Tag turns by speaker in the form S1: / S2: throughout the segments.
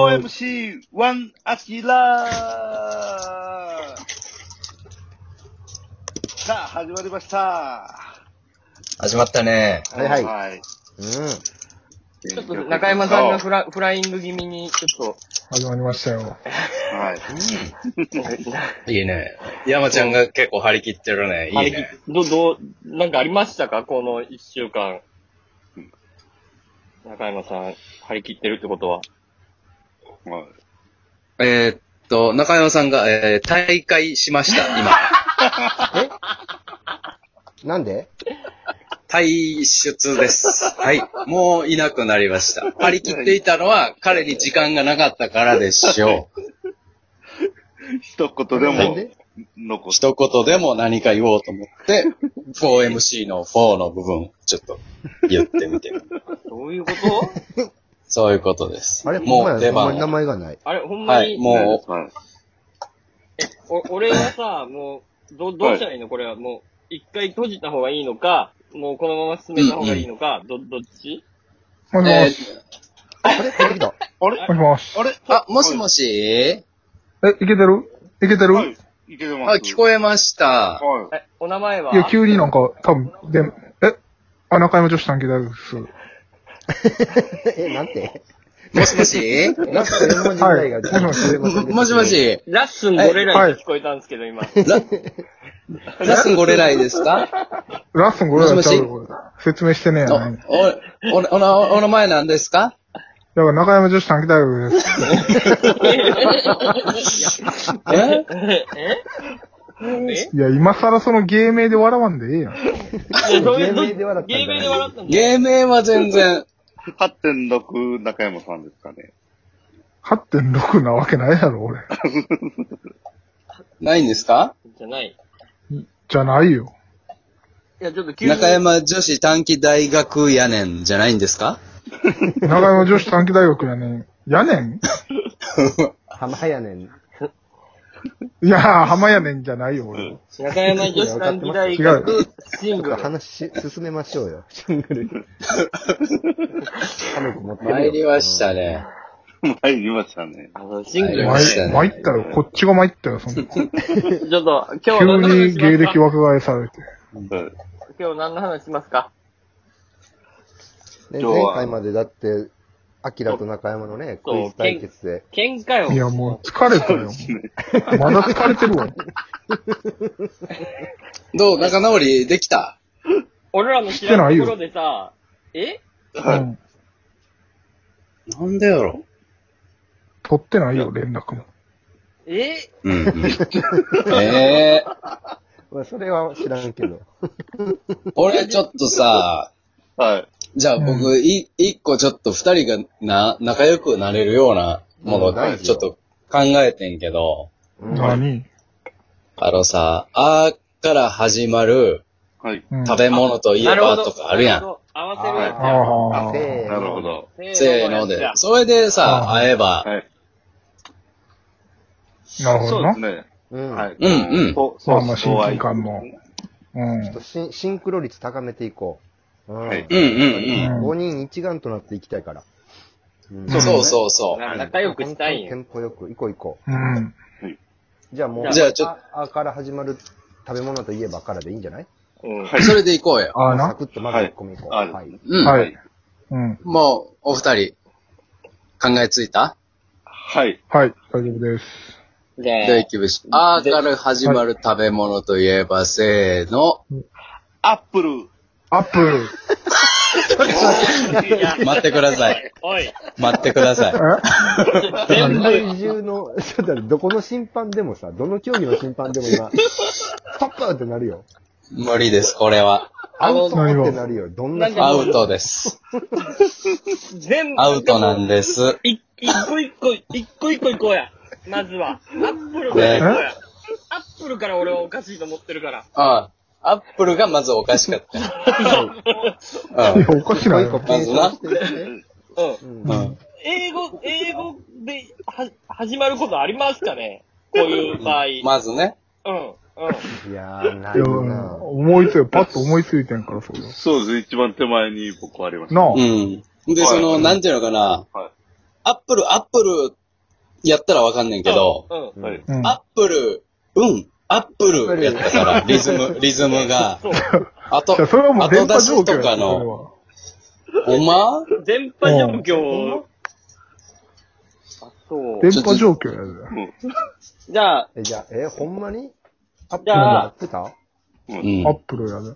S1: 4MC1 アキラーさあ、始まりました。
S2: 始まったね。
S3: はいはい
S1: はい。
S3: う
S1: ち
S4: ちょっと中山さんがフラフライング気味に、ちょっ
S5: 始まりましたよ。
S1: はい。
S2: いいね。山ちゃんが結構張り切ってるね。
S4: と、
S2: いい
S4: あ
S2: ね。
S4: れど、どう、なんかありましたかこの一週間。中山さん、張り切ってるってことは。
S1: はい
S2: えーっと、中山さんが、えー、大会しま した、今。
S3: ん。なんで
S2: 退出です。はい。もういなくなりました。張り切っていたのは、彼に時間がなかったからでしょ う。
S1: 一言で
S3: なん
S1: も
S3: で
S1: 残す。
S2: 一言でも何か言おうと思って、4MC の4の部分、ちょっと言ってみて。
S4: どういうこと
S2: そういうことです。
S3: あれ
S2: も
S3: ほんま
S2: う
S3: や
S2: 出
S3: あんま
S2: 番
S3: り名
S2: を。
S3: 前がない。
S4: あれ、ほんま
S2: は
S4: に、
S2: い、もう、
S1: はい。
S4: お俺はさ、もう、ど、どうしたらいいのこれは、もう、一回閉じた方がいいのか、もうこのまま進めた方がいいのか、ど、どっち
S5: もしも
S2: えー
S5: し。
S3: あれ帰ってき
S1: あ
S3: た。
S1: れ
S5: もしもし。
S1: あれ
S2: あ、もしもし
S5: え、いけてるいけてる、、
S1: はいい。いけてます。
S2: あ、聞こえました。
S1: は
S4: え、お名前は
S5: や、急になんか、多分で、え、あ、中山女子短期大学です。
S3: え、なんて
S2: も しもし
S3: なんかれも時代が
S5: はいもしも
S2: もしもし、
S4: ラッスンゴレライって聞こえたんですけど、今。
S2: ラスンゴレライですか
S5: ラッスンゴレラちゃうよ
S2: も
S5: これ説明してねえや
S2: お、
S5: ない。だか
S2: お、お、おな、お名前なんですから
S5: 中山女子短期大学です。
S2: え
S4: え
S5: いや、今更その芸名で笑わんでええやん。
S4: えそういう
S3: 芸名で笑ったんだ
S4: 芸名で笑ったんだ。
S2: 芸名は全然。
S1: い。8.6中山さんですかね。
S5: 8.6なわけないやろ、俺。
S2: ないんですか
S4: じゃない。
S5: じゃないよ。
S4: いや、ちょっと急に。
S2: 中山女子短期大学やねんじゃないんですか
S5: 中山女子短期大学やねん。やねん
S3: 浜やねん。
S5: いやー、浜やねんじゃないよ、俺。
S4: 中山女子短期大学シングル。
S3: 話し進めましょうよ。シングル。彼女持ってるよ
S2: 参りまし。たね。
S1: 参りましたね。
S4: あのシングル
S2: は
S5: 参
S2: い
S4: ね。
S5: 参ったよ。こっちが参ったよ、そんな。急
S4: ちょっと、今日は何の話
S5: に
S4: しま
S5: 芸
S4: す
S5: 歴
S4: か
S5: 若返されて。
S1: はい
S4: 今日何の話しますか
S3: ね
S1: 今日は
S3: 前回までだって、アキラと中山のね、クイズ対決で。
S4: 喧嘩よ。
S5: いや、もう疲れたよ。まだ疲れてるわ。
S2: どう仲直りできた
S4: 俺らの知らないところでさ、え
S5: うん。
S2: なんでやろ
S5: 取ってないよ、連絡も。
S4: え
S2: うんうん。ええ
S3: まあそれは知らんけど。
S2: 俺ちょっとさ、
S1: はい。
S2: じゃあ僕、い、一個ちょっと二人がな、仲良くなれるようなも
S3: うんない
S2: の、
S3: よ
S2: ちょっと考えてんけど。
S3: うん
S5: 何
S2: あのさ、あーから始まる
S1: はい。
S5: うん。
S2: 食べ物といえ
S4: なるほ
S2: ば
S4: ど。
S2: とかあるや。
S4: なんほど合わせるやつや
S5: ああ。
S3: せー
S1: なるほ
S3: の。
S1: ど。
S2: せーの
S4: やつ
S2: で
S4: や。
S2: それでさ、
S5: あー
S2: 会えば、
S1: はい。
S5: なるほ
S1: そ
S5: ど
S1: うで
S5: な
S1: す。ね。
S3: うん。
S1: はい。
S2: うんうん
S1: そう、
S5: ま
S1: そ
S5: あ
S1: う、
S5: まあ、
S1: そ
S5: 親
S1: う
S5: 近感も。うん。
S3: ちょっとシンシンクロ率高めていこう。うん
S1: はい
S2: うんうん
S3: 5人一丸となっていきたいから。
S2: うん。そうそうそう。
S4: な仲良くしたいん
S3: よ。
S4: や
S3: テ。ンポよく、行こう行こ
S5: うん。
S3: う。じゃあもう、
S2: じゃあちょっ
S3: ああから始まる食べ物といえばからでいいんじゃない
S4: うん。
S1: はい。
S2: それで行こうよ。
S5: ああ
S3: サ
S5: な。
S3: クッとまず1個目行こう。
S1: はいあ
S3: はい。
S2: うん。
S5: はい
S1: はい。
S5: うん。
S2: もう、お二人、考えついた
S1: はい。
S5: はい、大丈夫です。
S2: じゃあ
S4: で
S2: 行、きましょう。あーから始まる食べ物といえば、せーの。
S1: アップル。
S5: アップル。
S4: いや
S2: 待ってください。
S4: おい、
S2: 待ってください。
S5: え
S4: 全
S3: 世
S4: 部、
S3: 界中の、ちょっとどこの審判でもさ、どの競技の審判でも今、ストップってなるよ。
S2: 無理です、これは。
S3: アウトってなるよ。どんな
S4: なんか
S2: アウトです。
S4: 全部。
S2: アウトなんです。
S4: い、一個一個、一個一個行こうや。まずは。アップルから行こうや。アップルから俺はおかしいと思ってるから。
S2: うん。アップルがまずおかしかった。うん。
S5: おかしないよ。
S2: まずな。
S4: う。
S3: うんん
S2: うん。
S4: 英語、英語で、は、始まることありますかねこういう場合。
S2: まずね。
S4: うん。う
S3: いやー、ない
S5: いや、
S3: よな。
S5: 思いつい、パッと思いついてんから、それ。
S1: そうです。一番手前に僕ありました。
S5: なあ
S2: う。ん。で、
S1: はい
S2: その、なんていうのかな。
S1: は
S2: アップル、アップル、やったらわかんねんけど、
S4: うん。
S3: うん
S4: はい。
S5: うん。
S2: アップル、うん、アップルやったから、リズム、リズムが。
S4: そう。
S2: あと、
S5: じゃあそれはもう電
S2: 後
S5: 波
S2: 出
S5: 状
S2: しと
S5: 況
S2: か
S5: やそれ
S2: の、
S5: は
S2: おま
S4: 電波状況。あ、そう。
S5: 電波状況やで。
S4: じゃあ、
S3: え、じゃあ、え、ほんまにアップ
S4: じ
S3: ル
S4: ゃあ
S3: やってた
S2: うん。
S5: アップルやで。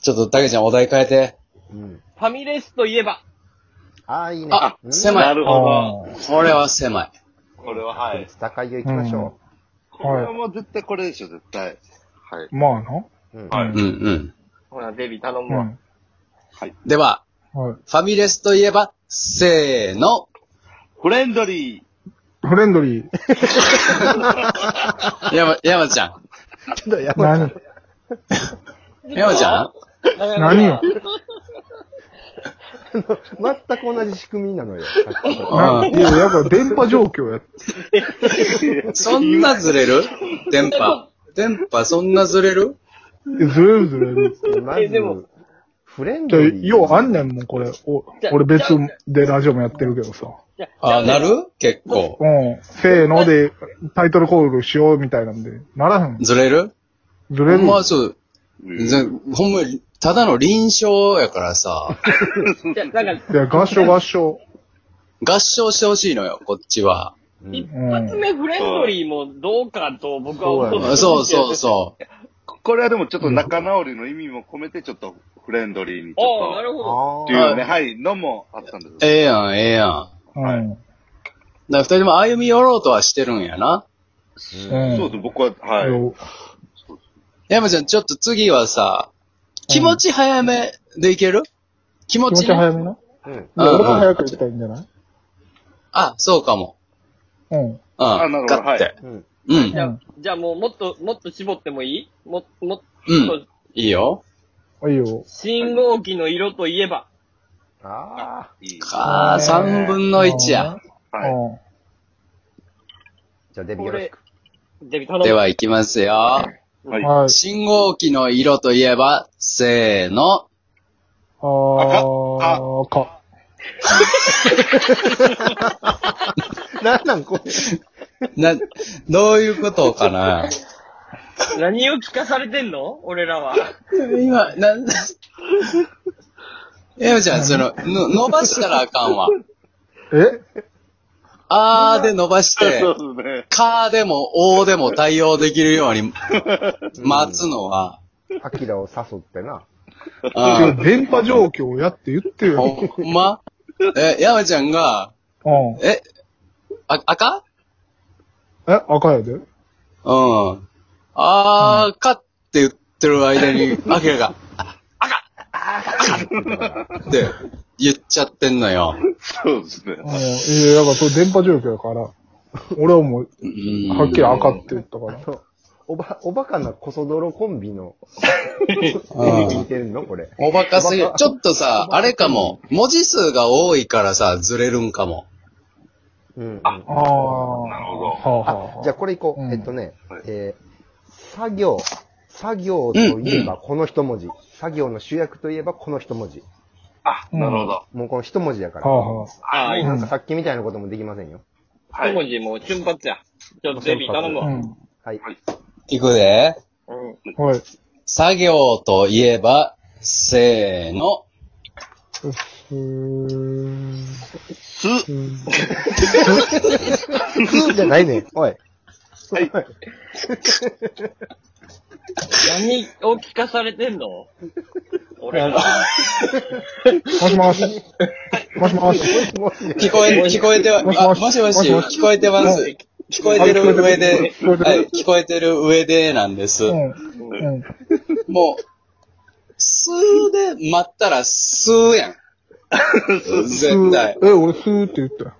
S2: ちょっと、たけちゃんお題変えて。
S3: うん。
S4: ファミレスといえば。
S3: ああ、いいね。
S2: あ、
S3: うん
S2: 狭い。
S1: なるほど。
S5: あ
S2: これは狭い。
S1: これは、はい。
S3: 高いよ行きましょ
S1: これはもう絶対これでしょ、絶対。はい。
S5: ーまあな。
S3: う。うん。
S1: は
S5: う
S2: うん
S5: ん
S2: うん。
S4: ほら、デビ頼
S5: う
S4: むわ。
S5: ん。
S2: では、
S5: はい。
S2: ファミレスといえば、せーの。
S1: フレンドリー。
S5: フレンドリー。
S2: 山、山ちゃん。
S3: ちょっとやばい。
S5: 何
S2: 山ちゃん
S5: 何よ
S3: 全く同じ仕組みなのよ。さっきと
S2: うん
S5: いや、やっぱ電波状況や。
S2: そんなずれる電波。電波、そんなずれる
S5: ずれるずれる。
S3: まず
S4: でも、
S3: フレン
S5: じ
S3: ド
S5: ゃあ
S3: リー。
S5: ようあんねんもん、これ。お
S4: じゃ
S5: 俺別でラジオもやってるけどさ。
S2: あ、なる結構。
S5: うん。せーので、タイトルコールしようみたいなんで。ならへん。
S2: ずれる
S5: ず
S2: ほ
S5: れる
S2: ん。まそう。ぜほんま、ただの臨床やからさ、
S4: じゃあ、なんか、
S5: いや、合唱合唱。
S2: 合唱してほしいのよ、こっちは。
S4: 一
S5: うん。
S4: 発目フレンドリーもどうかと僕は思
S3: うん
S2: そうそうそう。
S1: これはでもちょっと仲直りの意味も込めて、ちょっとフレンドリーにち
S4: ああ、
S1: ょ
S4: な
S1: っと。
S4: るほど。
S3: あ
S1: って
S3: ー
S1: いうね、はい、のもあったんです。
S2: ええやん、ええやん。だか
S5: うん。
S2: ら二人とも歩み寄ろうとはしてるんやな。
S5: うん。
S1: そうです、僕は、はい。
S5: よ
S2: 山ちゃん、ちょっと次はさ、気持ち早めでいける気持
S5: 気持
S2: ち
S5: ち
S2: ね、
S5: 早めな。
S3: うん。う
S5: い
S3: ん。
S5: や俺が早く行きたいんじゃない
S2: あ、そうかも。
S5: うん。
S2: うん。
S1: あなるほど
S2: ガッて。
S3: うん。
S2: うん
S4: じ。ゃあ、じゃあもうもっと、もっと絞ってもいいも、もっ
S2: うん
S4: と、
S2: いいよ。
S5: あいいよ。
S4: 信号機の色といえば。
S3: ああ。
S1: いい
S2: かあ、三分の一や。
S1: はい。
S3: じゃあ、デビ
S4: こ
S3: ューよろし
S4: れ
S3: く。、
S4: デビ頼む。
S2: では行きますよ。
S5: うん。
S1: はい。
S5: はい。
S2: 信号機の色といえば、せーの。
S5: あー、か。
S3: なんなんこれ。
S2: な、どういうことかな
S4: 何を聞かされてんの俺らは。
S2: 今、なん、 えむちゃん、その、の伸ばしたらあかんわ。
S5: え
S2: あーで伸ばし
S1: そう
S2: て、
S1: ですね。
S2: かーでも、おーでも対応できるように、待つのは、
S3: アキラを誘ってな。
S5: 違
S2: あ
S5: う 電波状況やって言ってるよ。
S2: ほんまえ、やまちゃんが、
S5: うん。
S2: え、あ、赤
S5: え赤やで
S2: うん。あー、かって言ってる間に、アキラが、って言っちゃってんのよ。
S1: そうですね
S5: う。ん。いや、だからそう電波状況やから。俺はもう、
S2: うん
S5: はっきり赤って言ったから。
S3: そう。おば、おばかなコソ泥コンビの、
S2: うん
S3: 似てるのこれ。
S2: おバカすぎる。ちょっとさ、あれかも。文字数が多いからさ、ずれるんかも。
S3: うん。
S5: あー。なるほど。はあはあ。
S3: じゃあ、これいこう。
S5: うん
S3: えっとね
S1: はい、
S3: えー、作業。作業といえばこの一文字。作業の主役といえばこの一文字。
S1: あ、なるほど。
S3: もうこの一文字やから。
S5: はあは
S4: ああ、いい
S5: うん
S3: なんかさっきみたいなこともできませんよ。
S1: は
S4: 一
S1: い。
S4: 文字もう瞬発や。ちょっとデビ頼む
S5: あ。う
S4: わ。
S5: ん。
S3: はい。
S2: いくで。
S4: うん。
S5: はい。
S2: 作業といえば、せーの。
S5: うーん。
S1: す、
S3: 普通 じゃないねん。おい。
S1: はい。
S4: 何を聞かされてんの俺ら。
S5: もしもし。もしもし。
S3: もし
S2: 聞こえ、聞こえては、あ、も
S5: も
S2: し
S5: し
S2: も
S5: もし
S2: し、
S5: もしもし
S2: 聞こえてます。聞こえてる上で、
S5: 聞こえてる
S2: はい、聞こえてる上でなんです。
S5: うん。うん。
S2: もう、すーで待ったらすーやん。絶対。
S5: え、俺スーって言ったよ。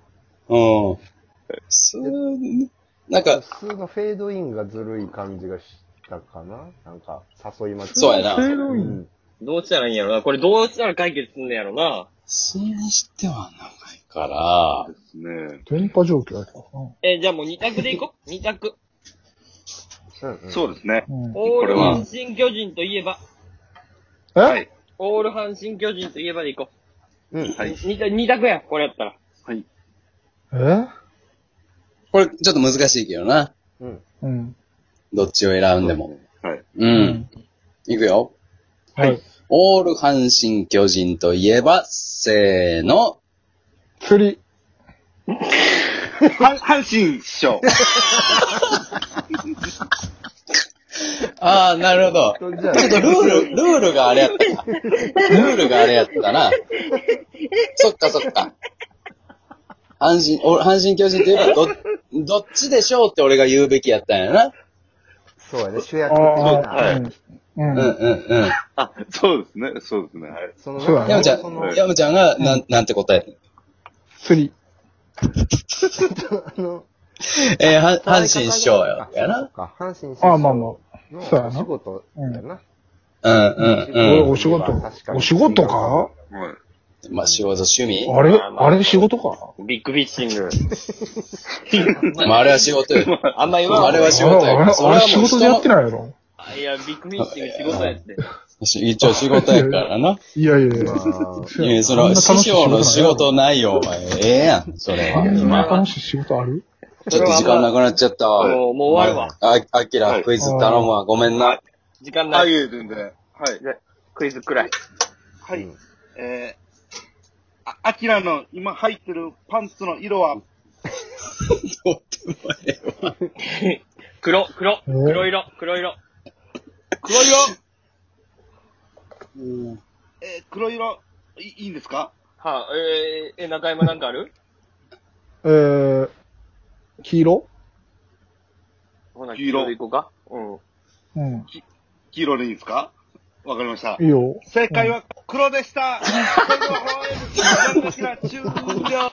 S2: うん。すー、なんか、
S3: 普通のフェードインがずるい感じがしたかななんか、誘います。
S2: そうやな
S5: フェード
S3: う
S5: イン。
S3: ん。
S4: どうしたらいいんやろな。これどうしたら解決すんのやろな。
S2: そんなにしては長いから、
S1: ですね。
S5: 電波状況やった。う
S4: え、じゃあもう二択でいこう。二択。
S3: うんうん
S1: そうですね。
S5: ん。うん
S4: オー
S1: れ
S4: ル
S1: は
S4: 阪神巨人といえば、
S1: は
S5: え
S1: い。
S4: オール阪神巨人といえばでいこ
S3: うん。
S1: はい。
S4: う。二択、二択や、これやったら。
S1: はい。
S5: え
S2: これ、ちょっと難しいけどな。
S3: うん。
S5: うん。
S2: どっちを選んでも。
S1: はい。
S2: うん。いくよ。
S5: はい。
S2: オール阪神巨人といえば、せーの。
S5: 釣り。
S1: 阪神師匠。
S2: ああ、なるほど。
S3: それじゃあ
S2: ちょっとルール、ルールがあれやったか。ルールがあれやったな。そっかそっか。阪神、お阪神巨人といえば、ど、どっちでしょうって俺が言うべきやったんやな。
S3: そうやね、主役
S5: あ
S3: っていうの
S5: あ、
S3: は
S1: はい
S5: うん。
S2: うん
S5: う
S2: うん
S5: ん。
S2: うん。
S1: あ、そうですね。そうですね。はい。
S3: その
S5: そうだね
S2: 山ちゃ
S3: そ
S2: ん、
S3: の、
S2: 山ちゃんが、なん、なんて答えた
S5: 釣り。
S3: あの、
S2: えー、は阪神師匠やや
S3: そう
S2: な。
S3: か阪神師
S5: ああ、ま
S3: 匠
S5: あまあ
S3: の。お仕事だな。
S2: うんう
S5: お
S2: んう
S5: お仕事
S3: 確か。に
S5: お仕事か
S1: はい
S2: ん。まあ、仕事、趣味
S5: あれあれ仕事か
S4: ビッグフィッシング。
S2: まあ、あれは仕事よ。
S4: あんま言わん。
S2: あれは仕事
S5: あれ、あ
S2: や。
S5: れ
S2: それ
S5: あれ
S2: は
S5: 仕
S2: もう
S5: 事
S2: 人
S5: でやって
S2: の、
S5: ないやろ
S4: いや、ビッグフィッシング仕事やって。
S2: 一応仕事やからな。
S5: いやいやいや。
S2: いや、その、師匠の仕事ないよ、お前。ええやん、それ
S5: あ
S2: は。
S5: んな
S2: 今。
S5: 楽しい仕事ある
S2: ちょっと時間なくなっちゃったわ。
S4: もうもう終わるわ。
S2: あ、あきら、クイズ頼むわ。ごめんな。
S4: 時間
S1: あ、
S4: ないい。
S1: え、全然。はい。
S4: クイズくらい。
S1: はい。えー、あ、アキラの今入ってるパンツの色は、
S4: 黒、黒、
S5: うん
S4: 黒色、黒色。
S1: 黒 色えー、黒色、いいいんですか
S4: はあ、えー、え、中山なんかある
S5: えー、黄色
S4: ほな、
S1: 黄色
S4: でいこうか。うん。
S5: うん。
S1: 黄色でいいですかわかりました
S5: い。いよ。
S1: 正解は黒でした。それでは、ホワイト、アキラ中央